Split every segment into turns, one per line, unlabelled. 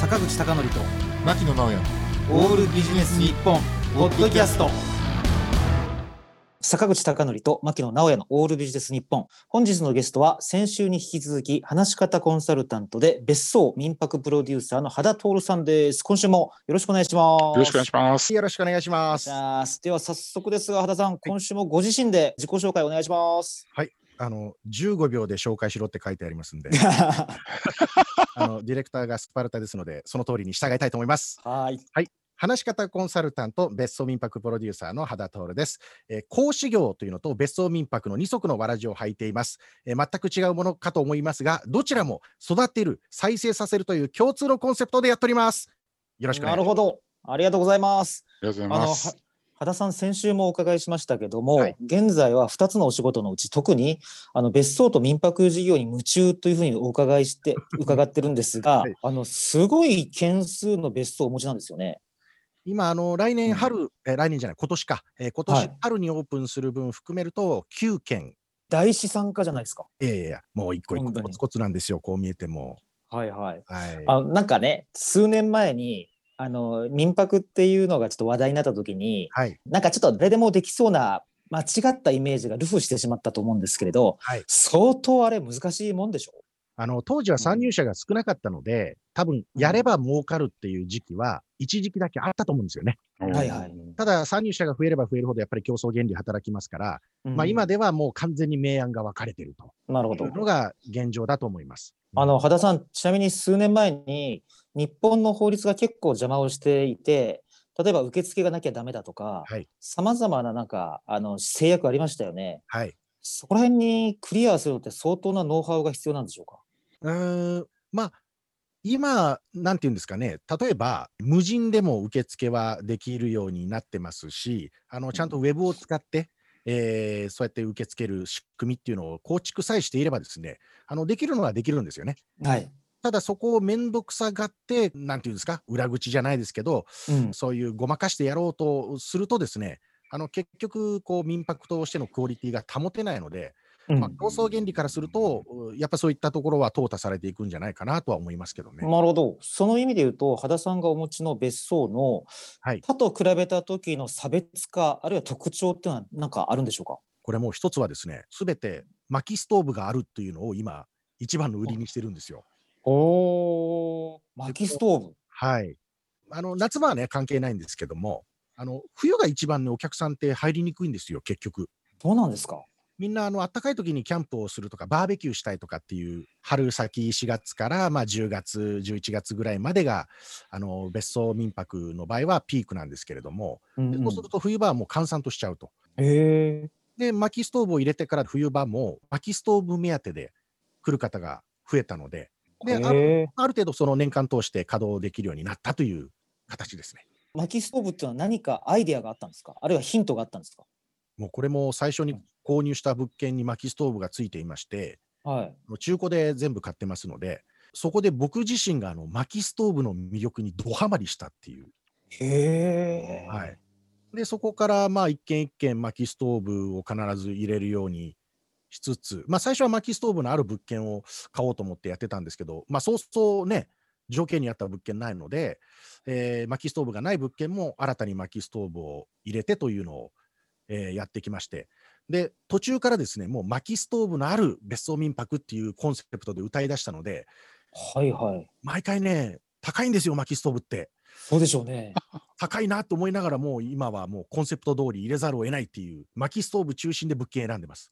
坂口孝則と
牧野直哉
オールビジネス日本ポッドキャスト坂口孝則と牧野直哉のオールビジネス日本本日のゲストは先週に引き続き話し方コンサルタントで別荘民泊プロデューサーの羽田徹さんです今週もよろしくお願いします
よろしくお願いします。
よろしくお願いします。あ
ますでは早速ですが羽田さん今週もご自身で自己紹介お願いし ます、
の15秒で紹介しろって書いてありますんで
は
あのディレクターがスパルタですので、その通りに従いたいと思います。
い
話し方コンサルタント、別荘民泊プロデューサーの羽田徹です。えー、講師業というのと別荘民泊の二足のわらじを履いています、えー全く違うものかと思いますが、どちらも育てる、再生させるという共通のコンセプトでやっております。よろしくお
な
願
いる
し
ほ
ま
どありがとうございます
ありがとうご
あ
ざ
の
いま
は
す。
羽田さん先週もお伺いしましたけども、
はい
現在は2つのお仕事のうち特にあの別荘と民泊事業に夢中というふうにお伺いして 伺ってるんですが、
はい
あのすごい件数の別荘をお持ちなんですよね。
す。今、あの来
うん
年春、えー来年じゃない、今年か、えー今
は
年
い
春にオープンする分含めると9件
大資産家じゃないですか。
いやいやいや、もう一個一
本当
個
に
コツコツなんですよ、こう見えても。
はいはい。
はい。
あなんかね数年前にあの民泊っていうのがちょっと話題になった時に
はい。
なんかちょっと誰でもできそうな間違ったイメージがルフしてしまったと思うんですけれど、
はい
相当あれ難しいもんでしょ
あの、当時は参入者が少なかったので、多分、やれば儲かるっていう時期は、一時期だけあったと思うんですよね。
うん
はいはい。
ただ、参入者が増えれば増えるほど、やっぱり競争原理働きますから、
うん
まあ、今ではもう完全に明暗が分かれてると
なるほ
い
ど
う。のが現状だと思います。
あの、羽田さん、ちなみに数年前に、日本の法律が結構邪魔をしていて、例えば受付がなきゃダメだとか
はい、
さまざまななんか、あの、制約ありましたよね。
はい。
そこら辺にクリアするのって相当なノウハウが必要なんでしょうか
うーん、まあ、今、なんていうんですかね、例えば、無人でも受付はできるようになってますし、あのちゃんとウェブを使って、えーそうやって受け付ける仕組みっていうのを構築さえしていればですね、あのできるのはできるんですよね。
はい。
ただそこを面倒くさがって、なんていうんですか、裏口じゃないですけど、
うん。
そういうごまかしてやろうとするとですね、あの結局こう、民泊としてのクオリティが保てないので、
うん
まあ、競争原理からすると、うやっぱそういったところは淘汰されていくんじゃないかなとは思いますけどね。
なるほど。その意味で言うと、羽田さんがお持ちの別荘の、
はい
他と比べた時の差別化、あるいは特徴っていうのは何かあるんでしょうか
これもう一つはですね、すべて薪ストーブがあるっていうのを今、一番の売りにしてるんですよ。
おー、薪ストーブ。
はい。あの、夏場はね、関係ないんですけども、あの、冬が一番ね、お客さんって入りにくいんですよ、結局。
どうなんですか
みんな、あの、暖かい時にキャンプをするとか、バーベキューしたいとかっていう、春先4月から、まあ、10月、11月ぐらいまでが、あの、別荘民泊の場合はピークなんですけれども、
うん
そうすると冬場はもう閑散としちゃうと。
へえ。
で、薪ストーブを入れてから冬場も、薪ストーブ目当てで来る方が増えたので、で、ある
へえ
ある程度その年間通して稼働できるようになったという形ですね。
薪ストーブっていうのは何かアイデアがあったんですかあるいはヒントがあったんですか
もうこれも最初に購入した物件に薪ストーブがついていまして、
はい。
中古で全部買ってますので、そこで僕自身があの薪ストーブの魅力にドハマりしたっていう。
へえ
はい。で、そこからまあ一軒一軒薪ストーブを必ず入れるようにしつつ、まあ最初は薪ストーブのある物件を買おうと思ってやってたんですけど、まあそうそうね、条件に合った物件ないので、えー薪ストーブがない物件も新たに薪ストーブを入れてというのを、えーやってきまして、で、途中からですね、もう薪ストーブのある別荘民泊っていうコンセプトで歌い出したので、
はいはい。
毎回ね、高いんですよ、薪ストーブって。
そうでしょうね。
高いなと思いながらもう今はもうコンセプト通り入れざるを得ないっていう薪ストーブ中心で物件選んでます。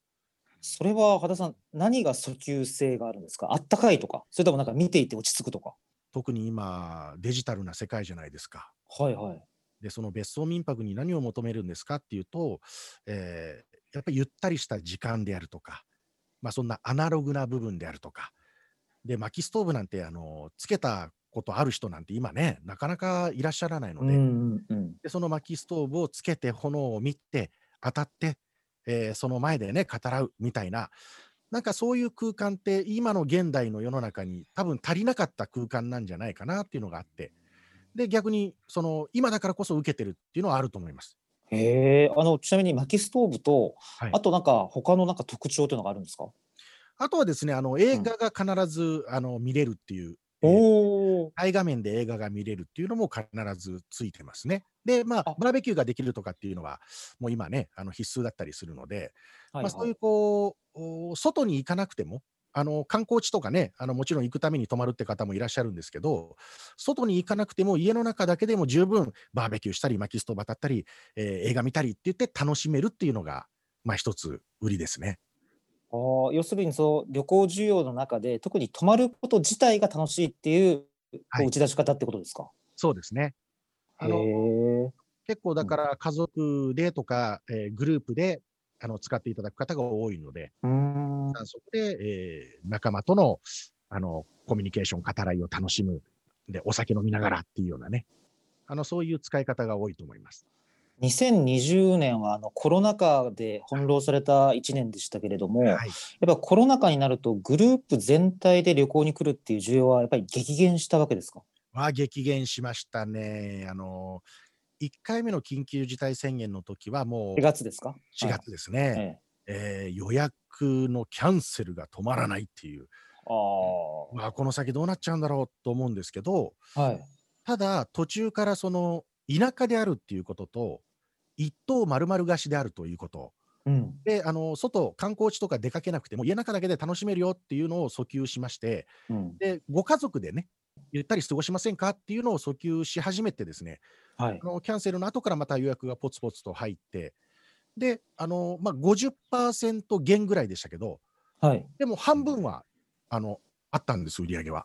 それは、羽田さん、何が訴求性があるんですかあったかいとか、それともなんか見ていて落ち着くとか。
特に今デジタルな世界じゃないですか。
はいはい。
でその別荘民泊に何を求めるんですかっていうと、えーやっぱりゆったりした時間であるとか、まあ、そんなアナログな部分であるとかで薪ストーブなんてあのつけたことある人なんて今ねなかなかいらっしゃらないの
うん
で、
うんうん。
でその薪ストーブをつけて炎を見て当たって、えーその前でね語らうみたいななんかそういう空間って今の現代の世の中に多分足りなかった空間なんじゃないかなっていうのがあってで逆にその今だからこそ受けてるっていうのはあると思います。
へえ。あの、ちなみに薪ストーブと、
はい
あとなんか他のなんか特徴というのがあるんですか
あとはですねあの映画が必ず、あの見れるっていう、え
お
ー
おー
大画面で映画が見れるっていうのも必ずついてますね。で、まあ
あ、
バーベキューができるとかっていうのは、もう今ね、あの必須だったりするので、
はい
まあ、そういうこう、お外に行かなくても、あの観光地とかねあの、もちろん行くために泊まるって方もいらっしゃるんですけど、外に行かなくても、家の中だけでも十分バーベキューしたり、薪ストーブ当たったり、えー映画見たりって言って楽しめるっていうのが、まあ、一つ売りですね。
あー要するにそう旅行需要の中で特に泊まること自体が楽しいっていう、こう
はい
打ち出し方ってことですか。
そうですね。あの
へー
結構だから家族でとか、えーグループであの使っていただく方が多いので、
うーん
そこで、えー仲間とのあのコミュニケーション、語らいを楽しむ、で、お酒飲みながらっていうようなね、あのそういう使い方が多いと思います。
2020年はあのコロナ禍で翻弄された1年でしたけれども、やっ
はい、
ぱコロナ禍になるとグループ全体で旅行に来るっていう需要はやっぱり激減したわけですか
は激減しましたね。あの1回目の緊急事態宣言の時はもう
?4 月ですか
4
はい
月ですね、
ええ
えー予約のキャンセルが止まらないっていう、
あー
まあ、この先どうなっちゃうんだろうと思うんですけど、
はい
ただ途中からその田舎であるっていうことと一棟丸々貸しであるということ
うん
であの外観光地とか出かけなくても家の中だけで楽しめるよっていうのを訴求しまして
うん
でご家族でねゆったり過ごしませんかっていうのを訴求し始めてですね
はい
あ、のキャンセルの後からまた予約がポツポツと入ってであの、まあ、50%減ぐらいでしたけど
はい、
でも半分はあのあったんです売り上げは。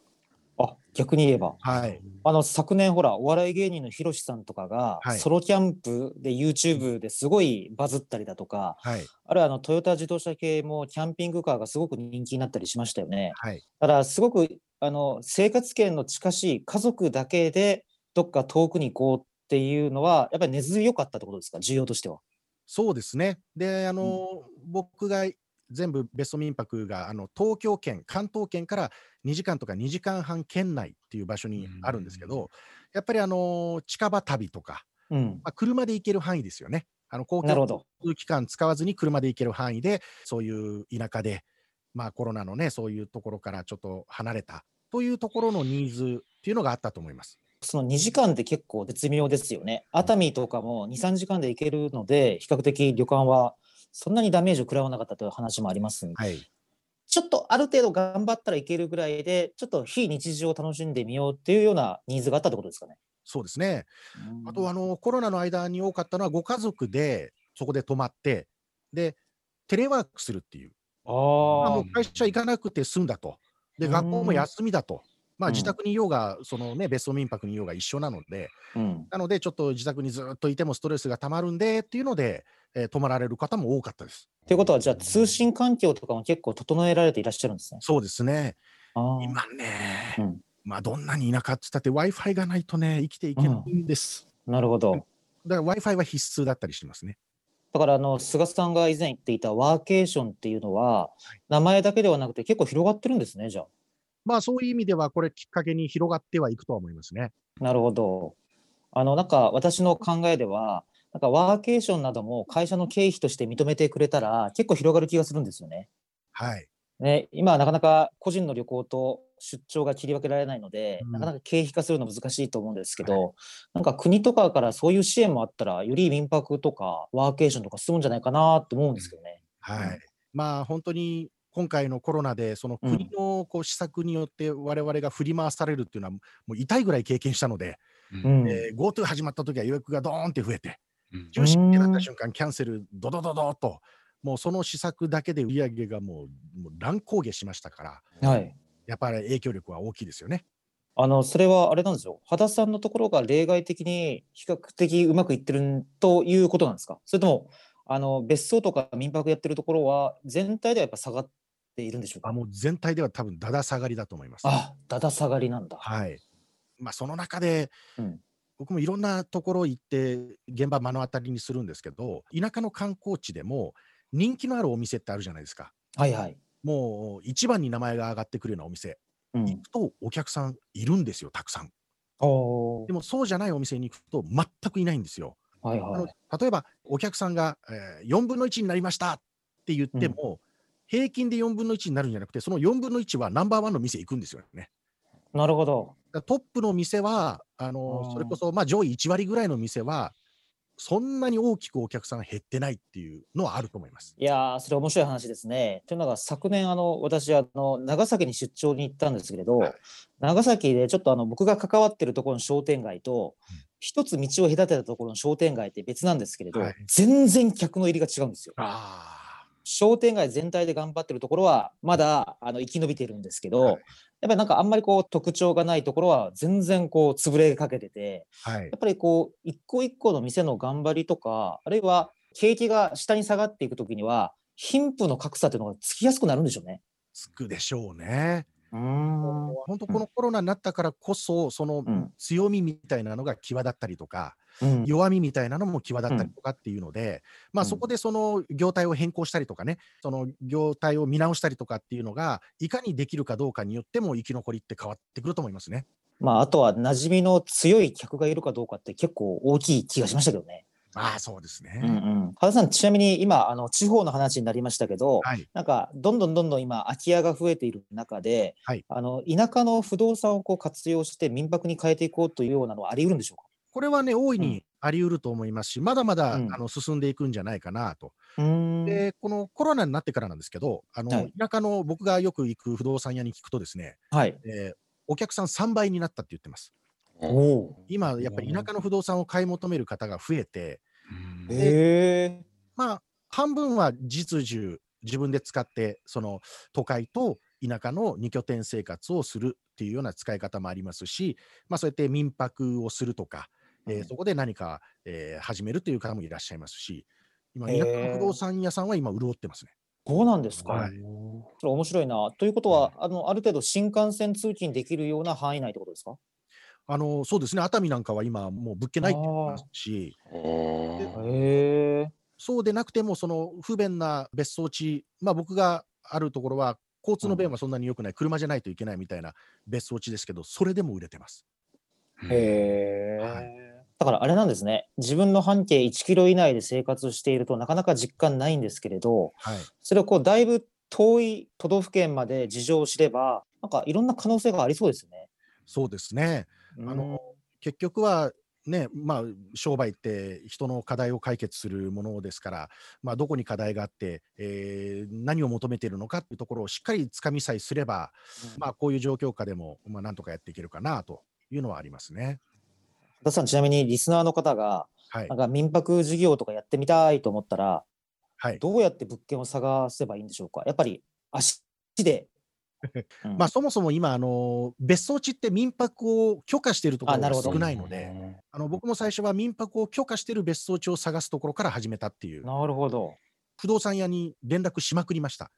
あ逆に言えば
はい、
あの昨年ほらお笑い芸人のひろしさんとかが、
はい
ソロキャンプで YouTube ですごいバズったりだとか
はい
あるいはあのトヨタ自動車系もキャンピングカーがすごく人気になったりしましたよね。
はい
だからすごくあの生活圏の近しい家族だけでどっか遠くに行こうっていうのはやっぱり根強かったってことですか需要としては。
そうですね。で、あの、僕が全部ベスト民泊があの東京圏、関東圏から2時間とか2時間半圏内っていう場所にあるんですけど、やっぱりあの近場旅とか、
うん、
まあ、車で行ける範囲ですよね。あの公共
なるほど。
交通機関使わずに車で行ける範囲で、そういう田舎で、まあ、コロナのね、そういうところからちょっと離れたというところのニーズっていうのがあったと思います。
その2時間って結構絶妙ですよね。熱海とかも2、3時間で行けるので、比較的旅館はそんなにダメージを食らわなかったという話もありますんで、
はい、
ちょっとある程度頑張ったらいけるぐらいで、ちょっと非日常を楽しんでみようっていうようなニーズがあったってことですかね。
そうですね。あとあのコロナの間に多かったのはご家族でそこで泊まってでテレワークするっていうまあ
あ
も
あ
う、会社行かなくて済んだとで
うん
学校も休みだと、まあ、
うん
自宅にいようが、そのね別荘民泊にいようが一緒なので
うん、
なのでちょっと自宅にずっといてもストレスがたまるんでっていうので、えー泊まられる方も多かったです
ということは、じゃあ通信環境とかも結構整えられていらっしゃるんですね。
そうですね
あー
今ね、
うん
まあどんなに田舎っつったって w i f i がないとね生きていけないんです、
なるほど。
だから w i f i は必須だったりしますね
だからあの菅さんが以前言っていたワーケーションっていうのは、名前だけではなくて結構広がってるんですね、じゃあ。
まあそういう意味ではこれきっかけに広がってはいくとは思いますね
なるほど。あの、なんか私の考えでは、なんかワーケーションなども会社の経費として認めてくれたら結構広がる気がするんですよね。
はい。
ね、今はなかなか個人の旅行と出張が切り分けられないので、
うん
なかなか経費化するの難しいと思うんですけど、なんか国とかからそういう支援もあったら、より民泊とかワーケーションとか進むんじゃないかなと思うんですけどね。
はい。
うん
まあ本当に今回のコロナで、その
うん
国のこう施策によって我々が振り回されるっていうのは、もう痛いぐらい経験したので、
うん
えー GoTo 始まった時は予約がドーンって増えて、
うん
中止ってなった瞬間、キャンセル、ドドドドーっと、もうその施策だけで売り上げがもうもう乱高下しましたから、
はい。
やっぱり影響力は大きいですよね。
あの、それはあれなんですよ。羽田さんのところが例外的に比較的うまくいってるんということなんですかそれとも、あの、別荘とか民泊やってるところは全体ではやっぱ下がっているんでしょう
あ
か
もう全体では多分だだ下がりだと思います。
あ、だだ下がりなんだ。
はい。まあその中で、
うん
僕もいろんなところ行って現場目の当たりにするんですけど田舎の観光地でも人気のあるお店ってあるじゃないですか
はいはい。
もう一番に名前が上がってくるようなお店
うん
行くとお客さんいるんですよたくさん
お
でもそうじゃないお店に行くと全くいないんですよ、
はい
あ
は
の
い。
例えばお客さんが、えー4分の1になりましたって言っても、平均で4分の1になるんじゃなくてその4分の1はナンバーワンの店行くんですよね
なるほど。
らトップの店は、あの
あー
それこそ、まあ、上位1割ぐらいの店は、そんなに大きくお客さん減ってないっていうのはあると思います。
いやー、それ面白い話ですね。というのが、昨年、あの、私、あの、長崎に出張に行ったんですけれど、
はい
長崎でちょっと、あの、僕が関わってるところの商店街と
うん、
一つ道を隔てたところの商店街って別なんですけれど、
はい
全然客の入りが違うんですよ。
あ
商店街全体で頑張ってるところは、まだ、あの、生き延びてるんですけど、
はい
やっぱりなんかあんまりこう特徴がないところは全然こう潰れかけてて、
あ、はい
やっ、ぱりこう一個一個の店の頑張りとかあるいは景気が下に下がっていくときには貧富の格差というのがつきやすくなるんでしょうね。
つくでしょうね。
うん
本当、このコロナになったからこそ、その
うん
強みみたいなのが際立ったりとか、
うん
弱みみたいなのも際立ったりとかっていうので、まあ、
うん
そこでその業態を変更したりとかね、その業態を見直したりとかっていうのが、いかにできるかどうかによっても生き残りって変わってくると思いますね。
まあ、あとは馴染みの強い客がいるかどうかって結構大きい気がしましたけどね。
ああ、そうですね。
うんうん原さんちなみに今あの地方の話になりましたけど、
はい、
なんかどんどんどんどん今空き家が増えている中で、
はい
あの田舎の不動産をこう活用して民泊に変えていこうというようなのはあり得るんでしょ
これはね、大いうにあり得ると思いますし、まだまだ、
うん
あの進んでいくんじゃないかなと。
うかうーん
で、このコロナになってからなんですけど、あの
はい
田舎の僕がよく行く不動産屋に聞くとですね、
はい。
えーお客さん3倍になったって言ってます。
おー
今、やっぱり田舎の不動産を買い求める方が増えて、
へ
で
え。
まあ、半分は実需、自分で使って、その都会と田舎の2拠点生活をするっていうような使い方もありますし、まあ、そうやって民泊をするとか、えー
うん
そこで何か、えー始めるという方もいらっしゃいますし、今、
へ
田
ー
舎の不動産屋さんは今、潤ってますね。
そうなんですか。
はい
それ面白いな。ということは、あのある程度新幹線通勤できるような範囲内ってことですか。
あのそうですね、熱海なんかは今、もう物件ないって言ってますし、
へえ。
そうでなくても、その不便な別荘地、まあ、僕があるところは、交通の便はそんなに良くない、車じゃないといけないみたいな別荘地ですけど、それでも売れてます。
へえ。
はい
だからあれなんですね。自分の半径1キロ以内で生活しているとなかなか実感ないんですけれど、
はい、
それをこうだいぶ遠い都道府県まで事情を知れば、なんかいろんな可能性がありそうですね。
そうですね。
うん
あの結局はね、まあ、商売って人の課題を解決するものですから、まあ、どこに課題があって、えー何を求めているのかっていうところをしっかりつかみさえすれば、まあ、こういう状況下でも、まあ、なんとかやっていけるかなというのはありますね。
田さんちなみにリスナーの方が
はい
なんか民泊事業とかやってみたいと思ったら、
はい
どうやって物件を探せばいいんでしょうかやっぱり足で。うん
まあ、そもそも今、あの別荘地って民泊を許可しているとこ
あ
ろ
な
が
るほど
少ないので、あの僕も最初は民泊を許可している別荘地を探すところから始めたっていう、
なるほど。
不動産屋に連絡しまくりました。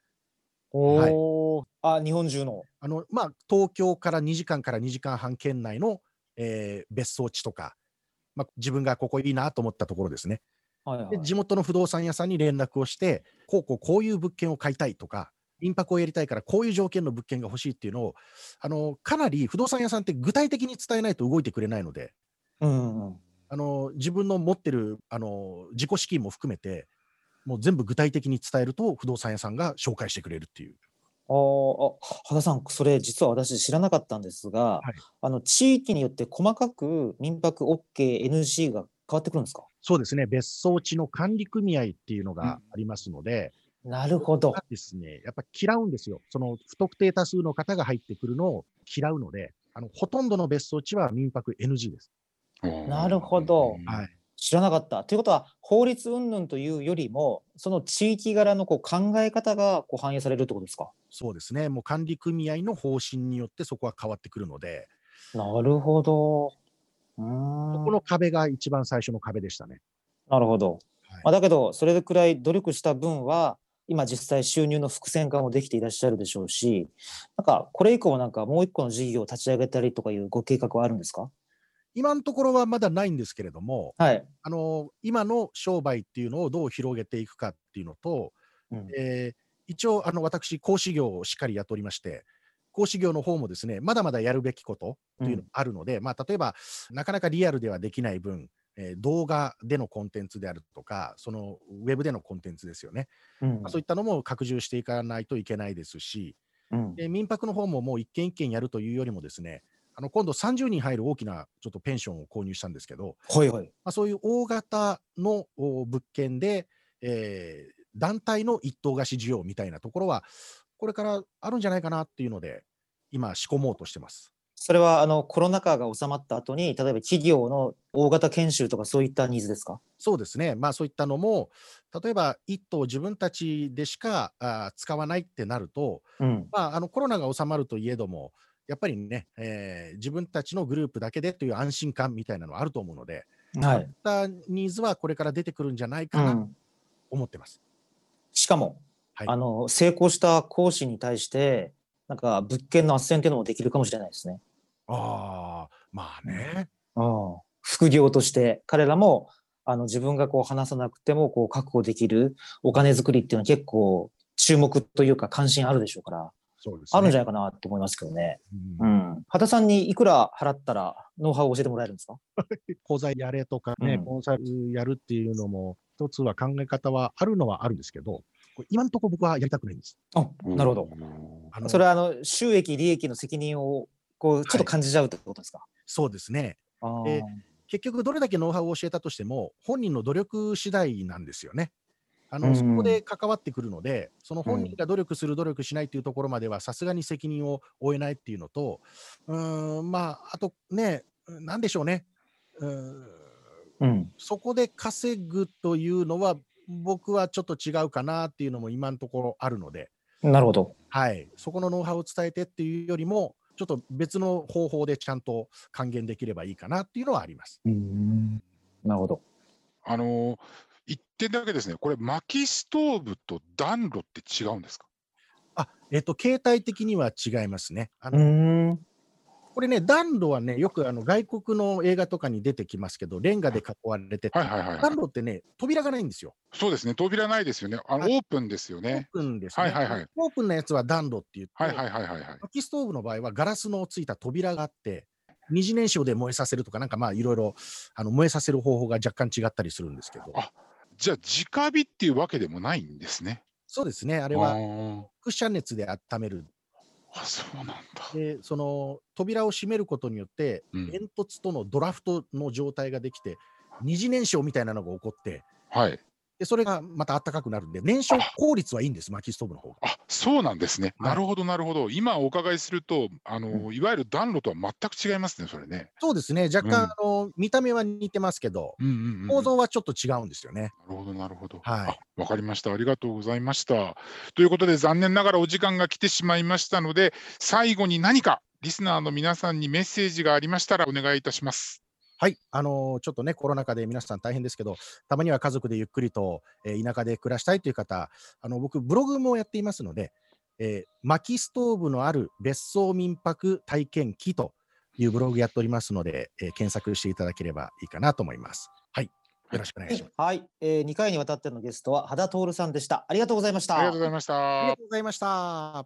はい
おお、あ日本中の。
あのまあ、東京から2時間から2時間半圏内の、えー別荘地とか、まあ、自分がここいいなと思ったところですね
はいはい
で。地元の不動産屋さんに連絡をして、こうこうこういう物件を買いたいとか、民泊をやりたいからこういう条件の物件が欲しいっていうのを、あのかなり不動産屋さんって具体的に伝えないと動いてくれないので、
うんうんうん、
あの自分の持ってるあの自己資金も含めて、もう全部具体的に伝えると、不動産屋さんが紹介してくれるっていう。
あーあ、羽田さん、それ実は私知らなかったんですが、
はい
あの地域によって細かく民泊 OK、NG が変わってくるんですか
そうですね、別荘地の管理組合っていうのがありますので、
なるほど
が。ですね、やっぱ嫌うんですよ。その不特定多数の方が入ってくるのを嫌うので、あのほとんどの別荘地は民泊 NG です。
なるほど
はい。
知らなかった。ということは、法律云々というよりも、その地域柄のこう考え方がこう反映されるってことですか
そうですね。もう管理組合の方針によってそこは変わってくるので、
なるほど。うー
こ
ん
この壁が一番最初の壁でしたね。
なるほど。
はい
まあ、だけど、それくらい努力した分は、今実際収入の伏線化もできていらっしゃるでしょうし、なんかこれ以降もなんかもう一個の事業を立ち上げたりとかいうご計画はあるんですか
今のところはまだないんですけれども、
はい。
あの今の商売っていうのをどう広げていくかっていうのと、
うん
えー一応あの私講師業をしっかりやっておりまして講師業の方もですねまだまだやるべきことというのがあるので、まあ、例えばなかなかリアルではできない分、えー動画でのコンテンツであるとかそのウェブでのコンテンツですよね、
うん
まあそういったのも拡充していかないといけないですし
うん
で民泊の方ももう一軒一軒やるというよりもですねあの今度30人入る大きなちょっとペンションを購入したんですけど、
はいはい。
まあ、そういう大型のお物件で、えー団体の一棟貸し需要みたいなところは、これからあるんじゃないかなっていうので、今、仕込もうとしてます。
それはあのコロナ禍が収まった後に、例えば企業の大型研修とかそういったニーズですか
そうですね、まあ、そういったのも、例えば一棟自分たちでしかあー使わないってなると、
うん。
まあ、あのコロナが収まるといえども、やっぱりね、えー自分たちのグループだけでという安心感みたいなのはあると思うので、
はい。
そういったニーズはこれから出てくるんじゃないか
う
なと
ん、
思ってます。
しかも、
はい
あの成功した講師に対して、なんか物件の斡旋っていうのもできるかもしれないですね。
ああ、まあね。
うん、副業として彼らもあの自分がこう話さなくてもこう確保できるお金作りっていうのは結構注目というか関心あるでしょうから、
そうですね
あるんじゃないかなって思いますけどね。
う
うんん。畑さんにいくら払ったらノウハウを教えてもらえるんですか
講座やれとかね、
うん
コンサルやるっていうのも、一つは考え方はあるのはあるんですけど、これ今のところ僕はやりたくないんです。
あ、なるほど。
あの
それはあの収益、利益の責任をこうちょっと感じちゃうってことですか、
そうですね。
あー
え結局、どれだけノウハウを教えたとしても、本人の努力次第なんですよね。あ
う
の
ん
そこで関わってくるので、その本人が努力する、努力しないというところまでは、さすがに責任を負えないっていうのと、うーん、まあ、あとね、なんでしょうね、うーん、
うん。
そこで稼ぐというのは、僕はちょっと違うかなっていうのも今のところあるので、
なるほど。
はい、そこのノウハウを伝えてっていうよりも、ちょっと別の方法でちゃんと還元できればいいかなっていうのはあります。
うん。なるほど。
あのー一点だけですね、これ、薪ストーブと暖炉って違うんですか
あ、えっと、形態的には違いますね。あ
う
の
ん。
これね、暖炉はね、よくあの外国の映画とかに出てきますけど、レンガで囲われてて、
はいはいはいはい
暖。炉ってね、扉がないんですよ。
そうですね、扉ないですよね。あのオ
はい
ープンですよ
オー
ね。
プンですね。
はいはいはい
オープンなやつは暖炉って言って、
はいはいはいはいはい。
薪ストーブの場合はガラスのついた扉があって、二次燃焼で燃えさせるとか、なんかまあいろいろあの燃えさせる方法が若干違ったりするんですけど、
あじゃあ、直火っていうわけでもないんですね。
そうですね、あ
あ
れは
ー
輻射熱で温める。
あ、そうなんだ。
で、その扉を閉めることによって、
うん
煙突とのドラフトの状態ができて、二次燃焼みたいなのが起こって、
はい。
でそれがまた暖かくなるんで、燃焼効率はいいんです、薪ストーブの方が。
あそうなんですね。
はい
なるほど、なるほど。今お伺いすると、あのいわゆる暖炉とは全く違いますね、それね。
そうですね、若干、
うん
あの見た目は似てますけど、
うんうんうん、
構造はちょっと違うんですよね。
なるほど、なるほど。
はい
あわかりました。ありがとうございました。ということで、残念ながらお時間が来てしまいましたので、最後に何かリスナーの皆さんにメッセージがありましたらお願いいたします。
はい、あのちょっとね、コロナ禍で皆さん大変ですけど、たまには家族でゆっくりと、えー田舎で暮らしたいという方、あの僕、ブログもやっていますので、えー薪ストーブのある別荘民泊体験記というブログやっておりますので、えー検索していただければいいかなと思います。はい、よろしくお願いします。
はい、えー、2回にわたってのゲストは羽田徹さんでした。ありがとうございました。
ありがとうございました。
ありがとうございました。